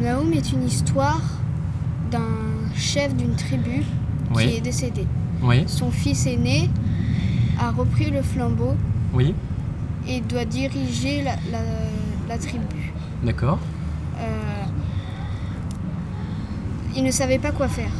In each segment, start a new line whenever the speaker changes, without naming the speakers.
Naoum est une histoire d'un chef d'une tribu
Oui.
qui est décédé.
Oui,
Son fils aîné a repris le flambeau
oui,
et doit diriger la, la- la tribu.
d'accord.
Euh, il ne savait pas quoi faire.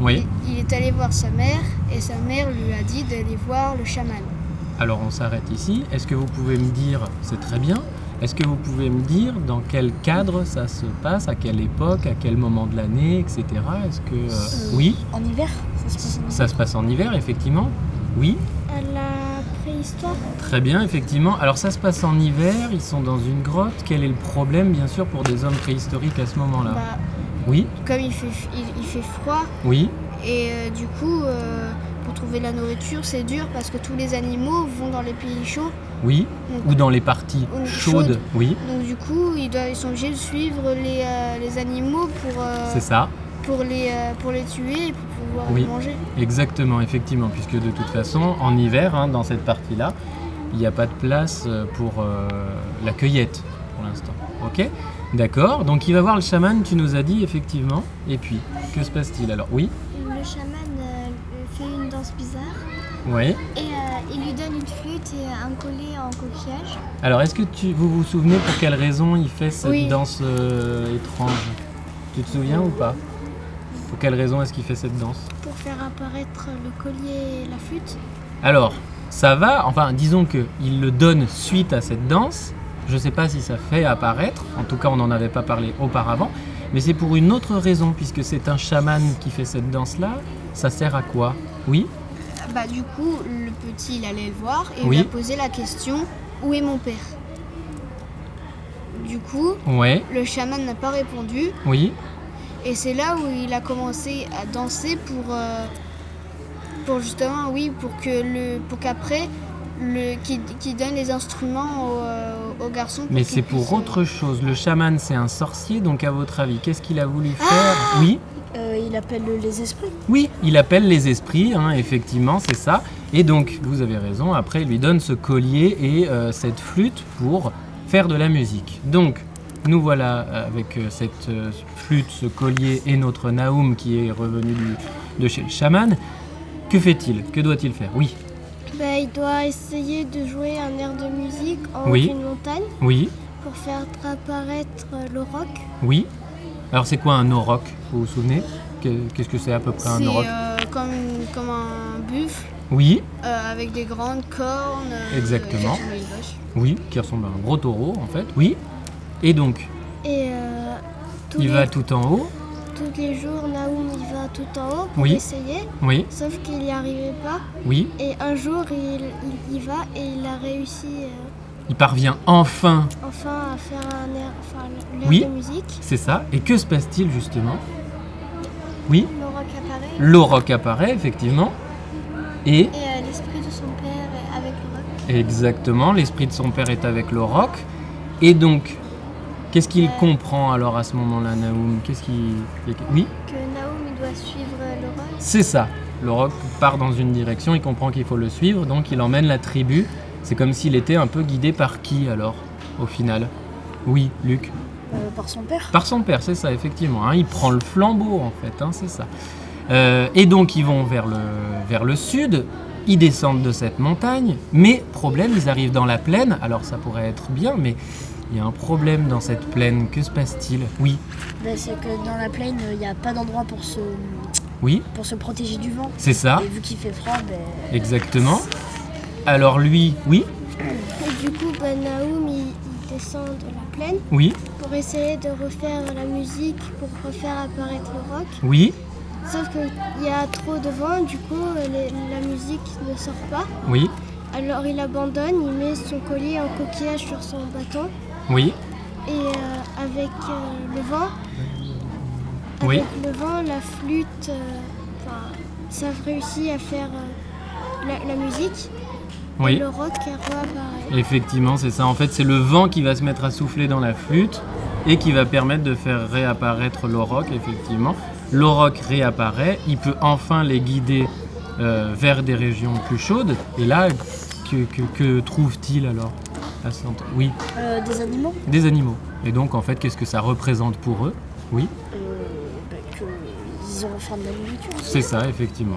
Oui.
Il, il est allé voir sa mère et sa mère lui a dit d'aller voir le chaman.
Euh, Alors on s'arrête ici. Est-ce que vous pouvez me dire, c'est très bien, est-ce que vous pouvez me dire dans quel cadre ça se passe, à quelle époque, à quel moment de l'année, etc. Est-ce que... euh,
Euh,
Oui,
En hiver Ça se passe en hiver
ça se passe en hiver, effectivement. Oui,
À la préhistoire
très bien, effectivement. Alors ça se passe en hiver, ils sont dans une grotte. Quel est le problème, bien sûr, pour des hommes préhistoriques à ce moment-là
Bah.
Oui,
Comme il fait, il- il fait froid,
oui,
Et euh, du coup, euh, pour trouver la nourriture, c'est dur parce que tous les animaux vont dans les pays chauds.
oui.
Donc,
Ou dans les parties
Ou
chaudes,
chaudes.
oui,
donc du coup, ils, doivent, ils sont obligés de suivre les, euh, les animaux pour, euh,
c'est ça.
pour, les, euh, pour les tuer et pour pouvoir
Oui.
les manger.
Exactement, effectivement, puisque de toute façon, en hiver, hein, dans cette partie-là, il n'y a pas de place euh, pour euh, la cueillette pour l'instant. Ok D'accord, donc il va voir le chaman, tu nous as dit, effectivement. Et puis, que se passe-t-il alors Oui
Le chaman euh, fait une danse bizarre
Oui.
et euh, il lui donne une flûte et un collier en coquillage.
Alors, est-ce que tu, vous vous souvenez pour quelle raison il fait cette
Oui.
danse euh, étrange Tu te souviens ou pas Pour quelle raison est-ce qu'il fait cette danse
Pour faire apparaître le collier et la flûte.
Alors, ça va, enfin, disons que il le donne suite à cette danse. Je ne sais pas si ça fait apparaître, en tout cas, on n'en avait pas parlé auparavant, mais c'est pour une autre raison, puisque c'est un chaman qui fait cette danse-là. Ça sert à quoi Oui
Bah, du coup, le petit, il allait le voir et
Oui.
il lui a posé la question Où est mon père Du coup,
Ouais,
le chaman n'a pas répondu
oui,
et c'est là où il a commencé à danser pour, euh, pour justement, oui, pour que le, pour qu'après, le, qui, qui donne les instruments aux, euh, aux garçons.
mais
qu'ils
c'est pour
puissent-
autre chose. Le chaman, c'est un sorcier, donc à votre avis, qu'est-ce qu'il a voulu faire Oui
Euh, il appelle les esprits.
Oui, il appelle les esprits, hein, effectivement, c'est ça. Et donc, vous avez raison, après, il lui donne ce collier et euh, cette flûte pour faire de la musique. Donc, nous voilà avec euh, cette euh, flûte, ce collier et notre Naoum qui est revenu du- de chez le chaman. Que fait-il Que doit-il faire Oui,
Bah, il doit essayer de jouer un air de musique en
Oui.
une montagne
oui,
pour faire apparaître le roc.
oui. Alors, c'est quoi un auroch Vous vous souvenez Que- Qu'est-ce que c'est à peu près un
C'est
auroch
euh, comme, une- comme un buffle
Oui,
euh, avec des grandes cornes. euh,
Exactement.
qui ressemblent à une vache.
oui, qui ressemble à un gros taureau, en fait. Oui. Et donc,
Et euh, tous,
il
les,
va tout en haut.
tous les jours, Naoum il va tout en haut pour
Oui.
essayer,
Oui,
sauf qu'il n'y arrivait pas.
oui.
Et un jour, il, il y va et il a réussi euh,
Il parvient enfin,
enfin à faire un air, enfin, l'air
Oui.
de musique.
c'est ça. Et que se passe-t-il justement Oui,
Le roc apparaît
l'auroch apparaît effectivement. Et
et euh, l'esprit de son père est avec le roc.
exactement, l'esprit de son père est avec l'auroch. Et donc, qu'est-ce qu'il
Euh.
comprend alors à ce moment-là, Naoum Qu'est-ce qu'il... Oui,
Que Naoum il doit suivre euh, le roc.
c'est ça. L'auroch part dans une direction, il comprend qu'il faut le suivre, donc il emmène la tribu. C'est comme s'il était un peu guidé par qui alors, au final Oui, Luc.
euh, par son père.
Par son père, c'est ça, effectivement. hein. Il prend le flambeau, en fait, hein, c'est ça. Euh, et donc, ils vont vers le, vers le sud, ils descendent de cette montagne, mais problème, ils arrivent dans la plaine, alors ça pourrait être bien, mais il y a un problème dans cette plaine, que se passe-t-il Oui,
Ben, c'est que dans la plaine, il n'y a pas d'endroit pour se,
oui,
pour se protéger du vent.
c'est ça,
Et vu qu'il fait froid, ben,
exactement. Alors lui, oui,
Et du coup, bah, Naoum il, il descend de la plaine
oui,
pour essayer de refaire la musique, pour refaire apparaître le roc.
oui,
Sauf qu'il y a trop de vent, du coup euh, les- la musique ne sort pas.
oui,
Alors il abandonne, il met son collier en coquillage sur son bâton
oui,
et euh, avec euh, le vent,
oui,
avec le vent, la flûte, euh, enfin, ça réussit à faire euh, la, la musique. Et
oui.
le roc réapparaît.
Effectivement, c'est ça. En fait, c'est le vent qui va se mettre à souffler dans la flûte et qui va permettre de faire réapparaître l'auroch, effectivement. L'auroch réapparaît, il peut enfin les guider euh, vers des régions plus chaudes. Et là, que, que- que trouve-t-il alors à cet endroit Oui,
euh, des animaux.
des animaux. Et donc, en fait, qu'est-ce que ça représente pour eux Oui,
euh, bah, que ils auront faim de la nourriture.
c'est ça, effectivement.